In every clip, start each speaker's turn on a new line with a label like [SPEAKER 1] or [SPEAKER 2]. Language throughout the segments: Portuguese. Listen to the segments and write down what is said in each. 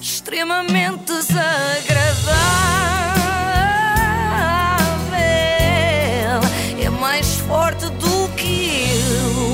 [SPEAKER 1] extremamente desagradável. É mais forte do que eu.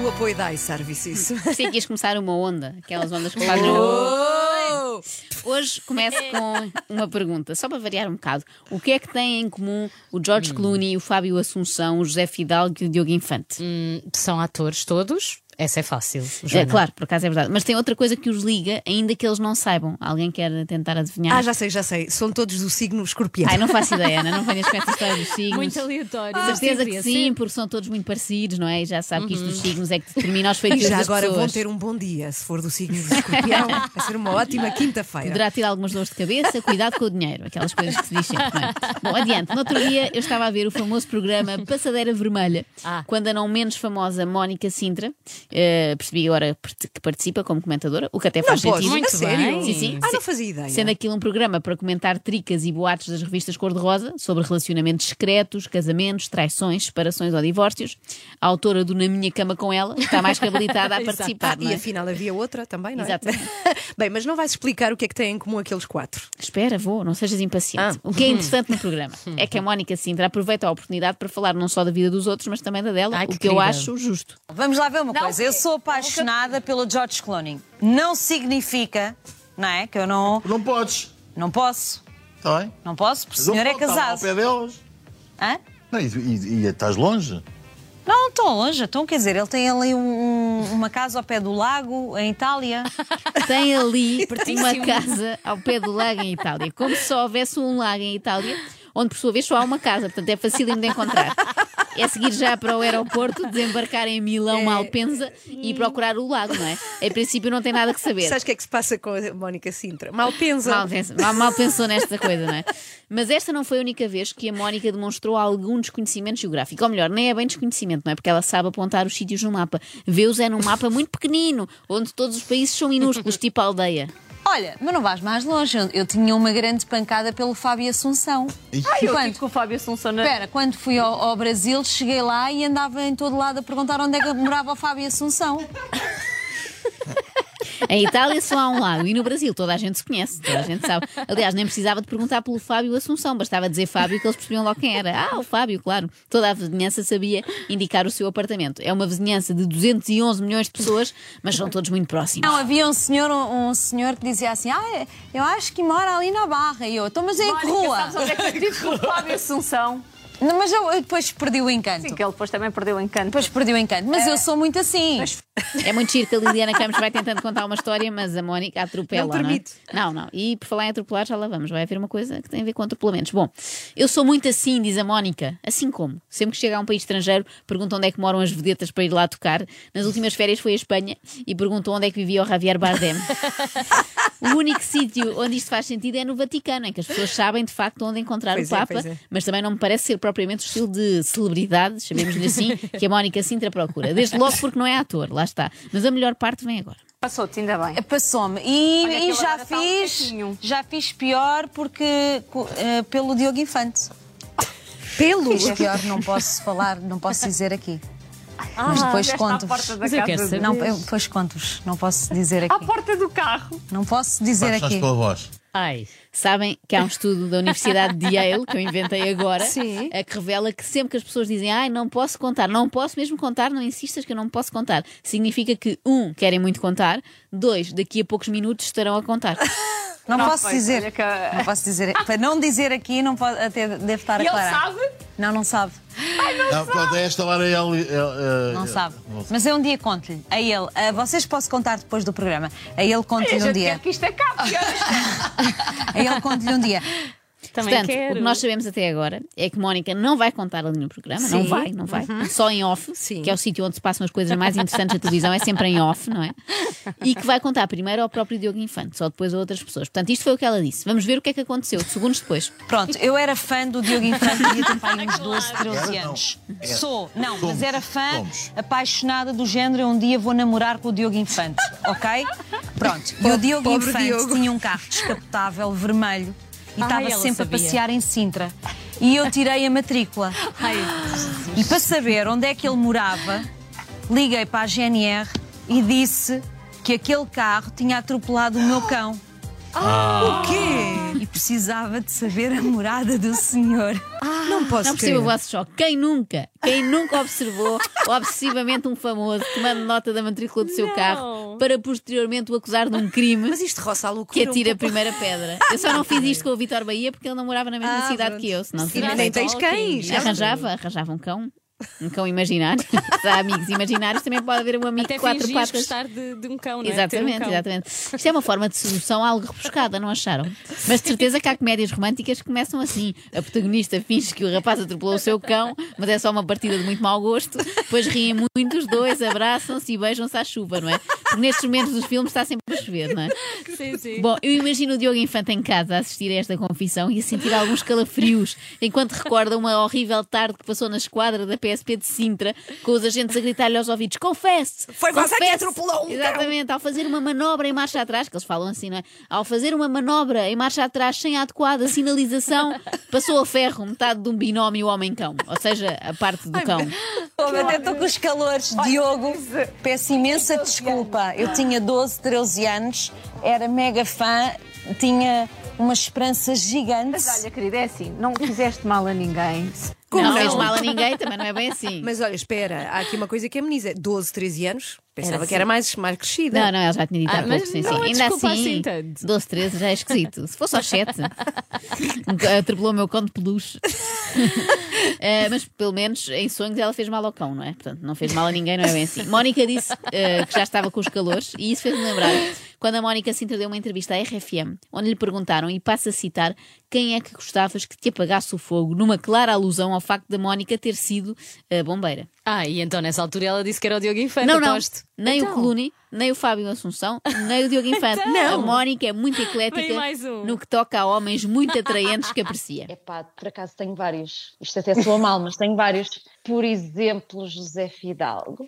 [SPEAKER 2] Oh, o apoio da iServices.
[SPEAKER 3] Pensei é que ias começar uma onda, aquelas ondas que fazem. um-
[SPEAKER 2] Oh!
[SPEAKER 3] Hoje começo com uma pergunta, só para variar um bocado. O que é que têm em comum o George
[SPEAKER 2] Hum.
[SPEAKER 3] Clooney, o Fábio Assunção, o José Fidalgo e o Diogo Infante?
[SPEAKER 2] Hum.
[SPEAKER 4] São atores todos. Essa é fácil.
[SPEAKER 3] é
[SPEAKER 4] Joana.
[SPEAKER 3] claro, por acaso é verdade. Mas tem outra coisa que os liga, ainda que eles não saibam. Alguém quer tentar adivinhar?
[SPEAKER 2] Ah, já sei, já sei. São todos do signo escorpião.
[SPEAKER 3] né? Ai, não faço ideia, Ana, não venhas com essa história dos signos.
[SPEAKER 4] Muito aleatório.
[SPEAKER 2] Ah,
[SPEAKER 3] De certeza que sim, porque são todos muito parecidos, não é? E já sabe que isto dos signos é que determina os feitiços
[SPEAKER 2] Uhum. Já
[SPEAKER 3] das
[SPEAKER 2] agora
[SPEAKER 3] pessoas.
[SPEAKER 2] vão ter um bom dia, se for do signo de escorpião. Vai ser uma ótima quinta-feira.
[SPEAKER 3] Poderá ter algumas dores de cabeça, cuidado com o dinheiro, aquelas coisas que se diz sempre. não é? Bom, adiante, no outro dia eu estava a ver o famoso programa Passadeira Vermelha,
[SPEAKER 4] Ah.
[SPEAKER 3] quando a não menos famosa Mónica Sintra, eh, percebi agora part- que participa como comentadora, o que até
[SPEAKER 2] Não
[SPEAKER 3] faz
[SPEAKER 2] podes,
[SPEAKER 3] sentido.
[SPEAKER 2] a
[SPEAKER 4] Muito
[SPEAKER 2] sério?
[SPEAKER 4] bem.
[SPEAKER 3] Sim, sim.
[SPEAKER 2] Ah, não fazia ideia.
[SPEAKER 3] Sendo aquilo um programa para comentar tricas e boatos das revistas Cor-de-Rosa sobre relacionamentos secretos, casamentos, traições, separações ou divórcios, a autora do Na Minha Cama com Ela está mais que habilitada a
[SPEAKER 4] Exato.
[SPEAKER 3] participar. não
[SPEAKER 2] Ah, E
[SPEAKER 3] é?
[SPEAKER 2] afinal havia outra também, não é?
[SPEAKER 3] Exato.
[SPEAKER 2] Bem, mas não vais explicar o que é que têm em comum aqueles quatro.
[SPEAKER 3] Espera, vou, não sejas impaciente.
[SPEAKER 2] Ah.
[SPEAKER 3] O que é interessante no programa é que a Mónica Sintra aproveita a oportunidade para falar não só da vida dos outros, mas também da dela,
[SPEAKER 4] Ai,
[SPEAKER 3] o
[SPEAKER 4] que
[SPEAKER 3] que eu
[SPEAKER 4] querida.
[SPEAKER 3] acho justo.
[SPEAKER 5] Vamos lá ver uma
[SPEAKER 6] Não,
[SPEAKER 5] coisa. Eu sou apaixonada pelo George Clooney. Não significa, não é? Que eu não.
[SPEAKER 7] Não podes,
[SPEAKER 5] Não posso.
[SPEAKER 7] está bem?
[SPEAKER 5] Não posso, porque o
[SPEAKER 7] Mas
[SPEAKER 5] senhor
[SPEAKER 7] eu
[SPEAKER 5] é
[SPEAKER 7] vou estar
[SPEAKER 5] casado.
[SPEAKER 7] Ao pé deles.
[SPEAKER 5] Hã?
[SPEAKER 7] Não, e, e- e estás longe?
[SPEAKER 5] Não, estou longe. Então, quer dizer, ele tem ali um- um- uma casa ao pé do lago, em Itália.
[SPEAKER 3] Tem ali uma casa ao pé do lago em Itália, como se só houvesse um lago em Itália, onde por sua vez só há uma casa, portanto é facílimo de encontrar. É seguir já para o aeroporto, desembarcar em
[SPEAKER 4] É.
[SPEAKER 3] Milão, Malpensa e procurar o lago, não é? Em princípio não tem nada que saber.
[SPEAKER 2] Sabes o que é que se passa com a Mónica Sintra? Mal pensa.
[SPEAKER 3] Mal, pensa- mal- mal pensou nesta coisa, não é? Mas esta não foi a única vez que a Mónica demonstrou algum desconhecimento geográfico. Ou melhor, nem é bem desconhecimento, não é? Porque ela sabe apontar os sítios no mapa. Vê-os é num mapa muito pequenino, onde todos os países são minúsculos, tipo a aldeia.
[SPEAKER 5] Olha, mas não vais mais longe. Eu, eu tinha uma grande pancada pelo Fábio Assunção.
[SPEAKER 6] Eu
[SPEAKER 5] Quando-
[SPEAKER 6] tive com o Fábio Assunção na...
[SPEAKER 5] Espera, quando fui ao, ao Brasil, cheguei lá e andava em todo lado a perguntar onde é que morava o Fábio Assunção.
[SPEAKER 3] Em Itália só há um lago e no Brasil toda a gente se conhece, toda a gente sabe. Aliás, nem precisava de perguntar pelo Fábio Assunção, bastava dizer Fábio que eles percebiam logo quem era. Ah, o Fábio, claro. Toda a vizinhança sabia indicar o seu apartamento. É uma vizinhança de 211 milhões de pessoas, mas são todos muito próximos.
[SPEAKER 5] Não, havia um senhor, um, um senhor que dizia assim: Ah, é- eu acho que mora ali na Barra. E eu, então, mas em que
[SPEAKER 6] Mónica,
[SPEAKER 5] rua?
[SPEAKER 6] sabes onde é que eu tive com o Fábio Assunção?
[SPEAKER 5] Não, mas eu, eu depois perdi o encanto.
[SPEAKER 6] Sim, que ele depois também perdeu o encanto.
[SPEAKER 5] Depois perdi o encanto. Mas eu sou muito assim.
[SPEAKER 3] É muito giro que a Liliana Campos vai tentando contar uma história, mas a Mónica atropela.
[SPEAKER 2] Não
[SPEAKER 3] é?
[SPEAKER 2] permite.
[SPEAKER 3] Não, não. E por falar em atropelar, já lá vamos. Vai haver uma coisa que tem a ver com atropelamentos. Bom, eu sou muito assim, diz a Mónica. Assim como. Sempre que chega a um país estrangeiro, pergunta onde é que moram as vedetas para ir lá tocar. Nas últimas férias foi à Espanha e perguntou onde é que vivia o Javier Bardem. O único sítio onde isto faz sentido é no Vaticano, em que as pessoas sabem de facto onde encontrar
[SPEAKER 2] Pois
[SPEAKER 3] o
[SPEAKER 2] é,
[SPEAKER 3] Papa,
[SPEAKER 2] pois é.
[SPEAKER 3] mas também não me parece ser propriamente o estilo de celebridade, chamemos-lhe assim, que a Mónica Sintra procura. Desde logo porque não é ator, lá está. Mas a melhor parte vem agora.
[SPEAKER 6] Passou-te, ainda
[SPEAKER 5] É
[SPEAKER 6] bem.
[SPEAKER 5] Passou-me. E,
[SPEAKER 6] Olha,
[SPEAKER 5] e
[SPEAKER 6] aquele
[SPEAKER 5] já
[SPEAKER 6] agora tá um
[SPEAKER 5] fiz.
[SPEAKER 6] pouquinho.
[SPEAKER 5] Já fiz pior porque. co- eh, pelo Diogo Infante.
[SPEAKER 2] Pelo.
[SPEAKER 5] Fiz pior, não posso falar, não posso dizer aqui.
[SPEAKER 6] Ah,
[SPEAKER 5] mas depois
[SPEAKER 6] Fizeste à
[SPEAKER 5] conto-vos.
[SPEAKER 6] porta da
[SPEAKER 4] Mas eu
[SPEAKER 6] casa Ah,
[SPEAKER 4] quero saber.
[SPEAKER 5] Não, eu depois conto-vos. Não posso dizer
[SPEAKER 6] À
[SPEAKER 5] aqui.
[SPEAKER 6] porta do carro.
[SPEAKER 5] Não posso dizer
[SPEAKER 7] Baixaste
[SPEAKER 5] aqui.
[SPEAKER 7] pela voz.
[SPEAKER 4] Ai.
[SPEAKER 3] Sabem que há um estudo da Universidade de Yale, que eu inventei agora,
[SPEAKER 2] Sim.
[SPEAKER 3] a que revela que sempre que as pessoas dizem ai, não posso contar, não posso mesmo contar, não insistas que eu não posso contar, significa que, um, querem muito contar, dois, daqui a poucos minutos estarão a contar.
[SPEAKER 5] Não,
[SPEAKER 6] Não,
[SPEAKER 5] posso
[SPEAKER 6] pois, olha
[SPEAKER 5] dizer.
[SPEAKER 6] que-
[SPEAKER 5] Não posso dizer. Para não dizer aqui, não pode, até deve estar
[SPEAKER 6] E
[SPEAKER 5] a
[SPEAKER 6] ele
[SPEAKER 5] aclarar.
[SPEAKER 6] sabe?
[SPEAKER 5] Não, não sabe.
[SPEAKER 7] Não, pronto, é esta hora ele. ele, eh,
[SPEAKER 5] Não
[SPEAKER 7] ele-
[SPEAKER 5] sabe.
[SPEAKER 7] não sabe.
[SPEAKER 5] Mas eu um dia conto-lhe. A ele. A vocês posso contar depois do programa. A ele
[SPEAKER 6] Eu
[SPEAKER 5] conto-lhe
[SPEAKER 6] já
[SPEAKER 5] um
[SPEAKER 6] te
[SPEAKER 5] dia.
[SPEAKER 6] quero que isto é acabe. que horas?
[SPEAKER 5] A ele conto-lhe um dia.
[SPEAKER 4] Também
[SPEAKER 3] Portanto,
[SPEAKER 4] quero.
[SPEAKER 3] o que nós sabemos até agora é que Mónica não vai contar ali no programa, não
[SPEAKER 2] Sim. Uhum.
[SPEAKER 3] vai, não vai. Só em off,
[SPEAKER 2] Sim.
[SPEAKER 3] que é o sítio onde se passam as coisas mais interessantes da televisão, é sempre em off, não é? E que vai contar primeiro ao próprio Diogo Infante, só depois a outras pessoas. Portanto, isto foi o que ela disse. Vamos ver o que é que aconteceu, segundos depois.
[SPEAKER 5] Pronto, eu era fã do Diogo Infante e também uns 12, 13
[SPEAKER 7] Era, não.
[SPEAKER 5] anos.
[SPEAKER 7] Era.
[SPEAKER 5] Sou, não, mas
[SPEAKER 7] Somos,
[SPEAKER 5] era fã,
[SPEAKER 7] somos.
[SPEAKER 5] apaixonada do género. Eu um dia vou namorar com o Diogo Infante, ok? Pronto, e o
[SPEAKER 2] Pobre-
[SPEAKER 5] Diogo
[SPEAKER 2] pobre
[SPEAKER 5] Infante
[SPEAKER 2] Diogo.
[SPEAKER 5] tinha um carro descapotável vermelho e estava
[SPEAKER 4] ela
[SPEAKER 5] sempre
[SPEAKER 4] sabia.
[SPEAKER 5] a passear em Sintra. E eu tirei a matrícula. E para saber onde é que ele morava, liguei para a GNR e disse que aquele carro tinha atropelado o meu cão. O quê? E precisava de saber a morada do senhor.
[SPEAKER 2] Não posso
[SPEAKER 3] Ah, Não percebo o
[SPEAKER 2] crer.
[SPEAKER 3] vosso choque. Quem nunca, quem nunca observou obsessivamente um famoso tomando nota da matrícula do seu carro para posteriormente o acusar de um crime
[SPEAKER 2] Mas isto roça a
[SPEAKER 3] que
[SPEAKER 2] loucura. um
[SPEAKER 3] atira a
[SPEAKER 2] pouco.
[SPEAKER 3] primeira pedra. Eu só não fiz isto com o Vitor Bahia porque ele não morava na mesma
[SPEAKER 5] Ah,
[SPEAKER 3] cidade
[SPEAKER 5] pronto.
[SPEAKER 3] que eu, senão
[SPEAKER 2] E
[SPEAKER 3] tinha
[SPEAKER 2] nem tens cães.
[SPEAKER 3] Arranjava, arranjava um cão. Um cão imaginário. Se há amigos imaginários, também pode haver um amigo
[SPEAKER 4] Até
[SPEAKER 3] de quatro
[SPEAKER 4] fingias
[SPEAKER 3] patas.
[SPEAKER 4] gostar de, de um cão, não é?
[SPEAKER 3] Exatamente,
[SPEAKER 4] Ter um cão.
[SPEAKER 3] exatamente. Isto é uma forma de sedução algo rebuscada, não acharam? Mas de certeza que há comédias românticas que começam assim. A protagonista finge que o rapaz atropelou o seu cão, mas é só uma partida de muito mau gosto. Depois riem muito os dois, abraçam-se e beijam-se à chuva, não é? Porque nestes momentos dos filmes está sempre a chover, não é?
[SPEAKER 4] Sim, sim.
[SPEAKER 3] Bom, eu imagino o Diogo Infante em casa a assistir a esta confissão e a sentir alguns calafrios enquanto recorda uma horrível tarde que passou na esquadra da PSP de Sintra com os agentes a gritar-lhe aos ouvidos: Confesse!
[SPEAKER 2] Foi você que
[SPEAKER 3] confesse!"
[SPEAKER 2] atropelou um
[SPEAKER 3] Exatamente, ao fazer uma manobra em marcha atrás, que eles falam assim, não é? Ao fazer uma manobra em marcha atrás sem a adequada sinalização, passou a ferro metade de um binómio homem-cão, ou seja, a parte do cão.
[SPEAKER 5] Como até estou com os calores. Diogo, peço imensa desculpa. Eu tinha 12, 13 anos, era mega fã, tinha uma esperança gigante.
[SPEAKER 6] Mas olha, querida, é assim, não fizeste mal a ninguém.
[SPEAKER 2] Como
[SPEAKER 3] não,
[SPEAKER 2] não?
[SPEAKER 3] fez mal a ninguém, também não é bem assim.
[SPEAKER 2] Mas olha, espera, há aqui uma coisa que é ameniza. 12, 13 anos, pensava
[SPEAKER 6] Era
[SPEAKER 2] que
[SPEAKER 4] assim.
[SPEAKER 2] era mais, mais crescida.
[SPEAKER 3] Não, não, ela já tinha dito
[SPEAKER 4] Ah,
[SPEAKER 3] há
[SPEAKER 4] mas
[SPEAKER 3] pouco, sim,
[SPEAKER 4] não
[SPEAKER 3] sim.
[SPEAKER 4] é
[SPEAKER 3] Ainda
[SPEAKER 4] desculpa
[SPEAKER 3] assim,
[SPEAKER 4] assim tanto.
[SPEAKER 3] 12, 13 já é esquisito. Se fosse aos 7, atropelou o meu cão de peluche. Eh, mas pelo menos em sonhos ela fez mal ao cão, não é? Portanto, não fez mal a ninguém, não é bem assim. Mónica disse eh, que já estava com os calores e isso fez-me lembrar quando a Mónica Sintra deu uma entrevista à RFM, onde lhe perguntaram, e passo a citar, quem é que gostavas que te apagasse o fogo, numa clara alusão ao facto da Mónica ter sido eh, bombeira.
[SPEAKER 4] Ah, e então nessa altura ela disse que era o Diogo Infante,
[SPEAKER 3] Não, não.
[SPEAKER 4] aposto.
[SPEAKER 3] Nem o
[SPEAKER 4] Então.
[SPEAKER 3] Coluni, nem o Fábio Assunção, nem o Diogo Infante. A Mónica é muito eclética
[SPEAKER 4] Vem mais um. É
[SPEAKER 3] no que toca a homens muito atraentes que aprecia.
[SPEAKER 8] Epá, por acaso tenho vários. Isto até soa mal, mas tenho vários. Por exemplo, José Fidalgo.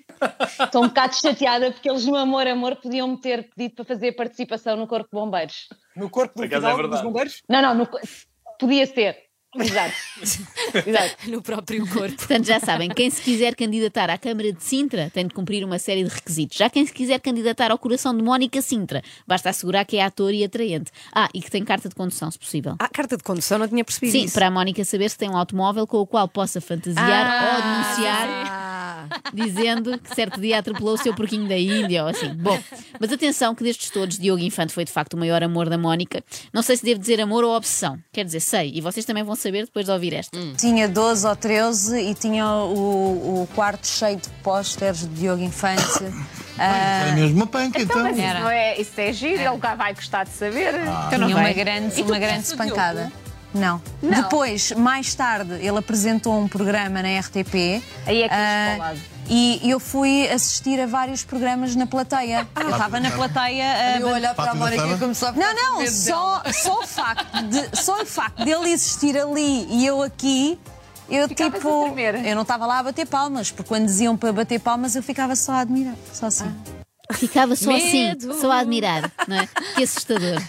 [SPEAKER 8] Estou um bocado chateada porque eles no Amor Amor podiam-me ter pedido para fazer participação no Corpo de Bombeiros.
[SPEAKER 9] No corpo do Fidalgo dos bombeiros?
[SPEAKER 8] Não, não, no co- podia ser. Exato. Exato.
[SPEAKER 4] No próprio corpo.
[SPEAKER 3] Portanto, já sabem, quem se quiser candidatar à Câmara de Sintra tem de cumprir uma série de requisitos. Já quem se quiser candidatar ao coração de Mónica Sintra, basta assegurar que é ator e atraente. Ah, e que tem carta de condução, se possível.
[SPEAKER 2] Ah, carta de condução, não tinha percebido
[SPEAKER 3] Sim,
[SPEAKER 2] isso.
[SPEAKER 3] para a Mónica saber se tem um automóvel com o qual possa fantasiar
[SPEAKER 4] Ah,
[SPEAKER 3] ou denunciar
[SPEAKER 2] Ah,
[SPEAKER 3] dizendo que certo dia atropelou o seu porquinho da Índia ou assim. Bom, mas atenção que destes todos, Diogo Infante foi de facto o maior amor da Mónica. Não sei se devo dizer amor ou obsessão. Quer dizer, sei. E vocês também vão saber depois de ouvir esta.
[SPEAKER 2] Hum.
[SPEAKER 5] Tinha 12 ou 13 e tinha o, o quarto cheio de pósteres de Diogo Infante.
[SPEAKER 7] Era É mesmo uma panca, então.
[SPEAKER 6] Mas isso, não é, isso é giro, ele cá vai gostar de saber.
[SPEAKER 4] Ah.
[SPEAKER 5] tinha uma grande, uma grande espancada. Não. Depois, mais tarde, ele apresentou um programa na RTP.
[SPEAKER 6] Aí é que
[SPEAKER 5] ah,
[SPEAKER 6] ficou lado.
[SPEAKER 5] E eu fui assistir a vários programas na plateia. eu Ah, estava na plateia.
[SPEAKER 2] eu
[SPEAKER 5] ah,
[SPEAKER 2] olhar para a
[SPEAKER 7] Fátima
[SPEAKER 2] Mónica e
[SPEAKER 7] Saba?
[SPEAKER 2] começou a ficar
[SPEAKER 5] Não,
[SPEAKER 2] com
[SPEAKER 5] não,
[SPEAKER 2] medo
[SPEAKER 5] só, só, o facto de, só o facto dele existir ali e eu aqui, eu
[SPEAKER 6] Ficavas a
[SPEAKER 5] tipo.
[SPEAKER 6] tremer.
[SPEAKER 5] Eu não estava lá a bater palmas, porque quando diziam para bater palmas eu ficava só a admirar, só assim.
[SPEAKER 3] Ficava só
[SPEAKER 4] Medo.
[SPEAKER 3] assim, só a admirar, não é? Que assustador.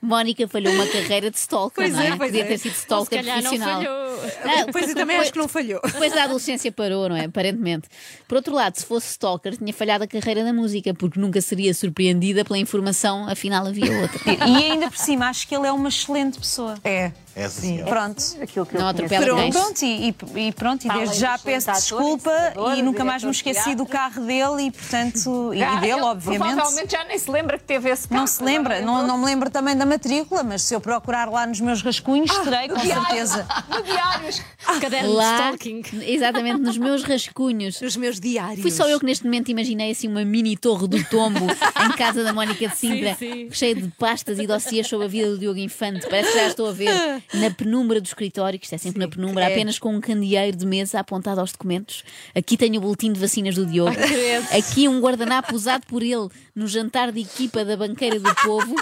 [SPEAKER 3] Mónica falhou uma carreira de stalker,
[SPEAKER 2] Pois
[SPEAKER 3] não é?
[SPEAKER 2] é, pois
[SPEAKER 3] Podia
[SPEAKER 2] é.
[SPEAKER 3] ter sido
[SPEAKER 4] Ou Se
[SPEAKER 3] stalker
[SPEAKER 4] calhar não
[SPEAKER 3] profissional.
[SPEAKER 4] falhou.
[SPEAKER 3] Ah,
[SPEAKER 2] Pois eu também acho que não falhou.
[SPEAKER 3] Depois da adolescência parou, não é? Aparentemente. Por outro lado, se fosse stalker, tinha falhado a carreira da música, porque nunca seria surpreendida pela informação, afinal havia outra.
[SPEAKER 5] E, e ainda por cima, acho que ele é uma excelente pessoa.
[SPEAKER 2] É.
[SPEAKER 7] É, sim. senhora.
[SPEAKER 5] Pronto.
[SPEAKER 6] Aquilo que
[SPEAKER 3] Não
[SPEAKER 6] eu conheço.
[SPEAKER 3] atropela
[SPEAKER 5] Pronto,
[SPEAKER 3] ninguém.
[SPEAKER 5] pronto, e, e- e pronto, e
[SPEAKER 6] Além
[SPEAKER 5] desde
[SPEAKER 6] de
[SPEAKER 5] já
[SPEAKER 6] excelente
[SPEAKER 5] peço
[SPEAKER 6] ator,
[SPEAKER 5] desculpa
[SPEAKER 6] ensinador,
[SPEAKER 5] e nunca mais me
[SPEAKER 6] diretor de
[SPEAKER 5] esqueci do carro dele e portanto, e, e dele,
[SPEAKER 6] ele
[SPEAKER 5] obviamente.
[SPEAKER 6] Provavelmente já nem se lembra que teve esse é? carro.
[SPEAKER 5] Não se lembra, não, não me lembro também da matrícula, mas se eu procurar lá nos meus rascunhos,
[SPEAKER 6] Ah,
[SPEAKER 5] terei com certeza.
[SPEAKER 6] De diários.
[SPEAKER 4] Caderno de
[SPEAKER 3] Lá,
[SPEAKER 4] stalking.
[SPEAKER 3] exatamente, nos meus rascunhos.
[SPEAKER 2] Nos meus diários.
[SPEAKER 3] Fui só eu que neste momento imaginei assim uma mini torre do tombo em casa da Mónica de Sintra,
[SPEAKER 4] Sim, sim.
[SPEAKER 3] cheia de pastas e dossiês sobre a vida do Diogo Infante. Parece que já estou a ver na penumbra do escritório, que isto é sempre na penumbra, apenas com um candeeiro de mesa apontado aos documentos. Aqui tenho o boletim de vacinas do Diogo. Aqui um guardanapo usado por ele no jantar de equipa da Banqueira do Povo.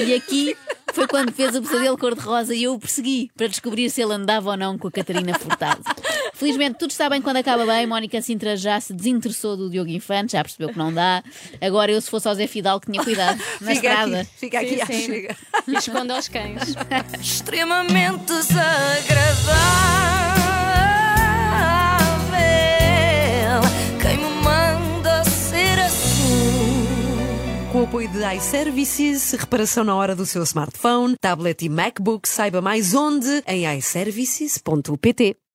[SPEAKER 3] E aqui foi quando fez o pesadelo cor-de-rosa e eu o persegui para descobrir se ele andava ou não com a Catarina Furtado. Felizmente, tudo está bem quando acaba bem. Mónica Sintra já se desinteressou do Diogo Infante, já percebeu que não dá. Agora, eu, se fosse ao Zé Fidalgo, tinha cuidado na
[SPEAKER 2] Fica
[SPEAKER 3] estrada.
[SPEAKER 2] aqui, fica aqui,
[SPEAKER 4] Sim,
[SPEAKER 2] ah,
[SPEAKER 4] sim.
[SPEAKER 2] chega.
[SPEAKER 4] E esconde aos cães.
[SPEAKER 1] extremamente desagradável. Quem me manda ser assim?
[SPEAKER 2] com o apoio de iServices, reparação na hora do seu smartphone, tablet e MacBook. Saiba mais onde em iServices.pt.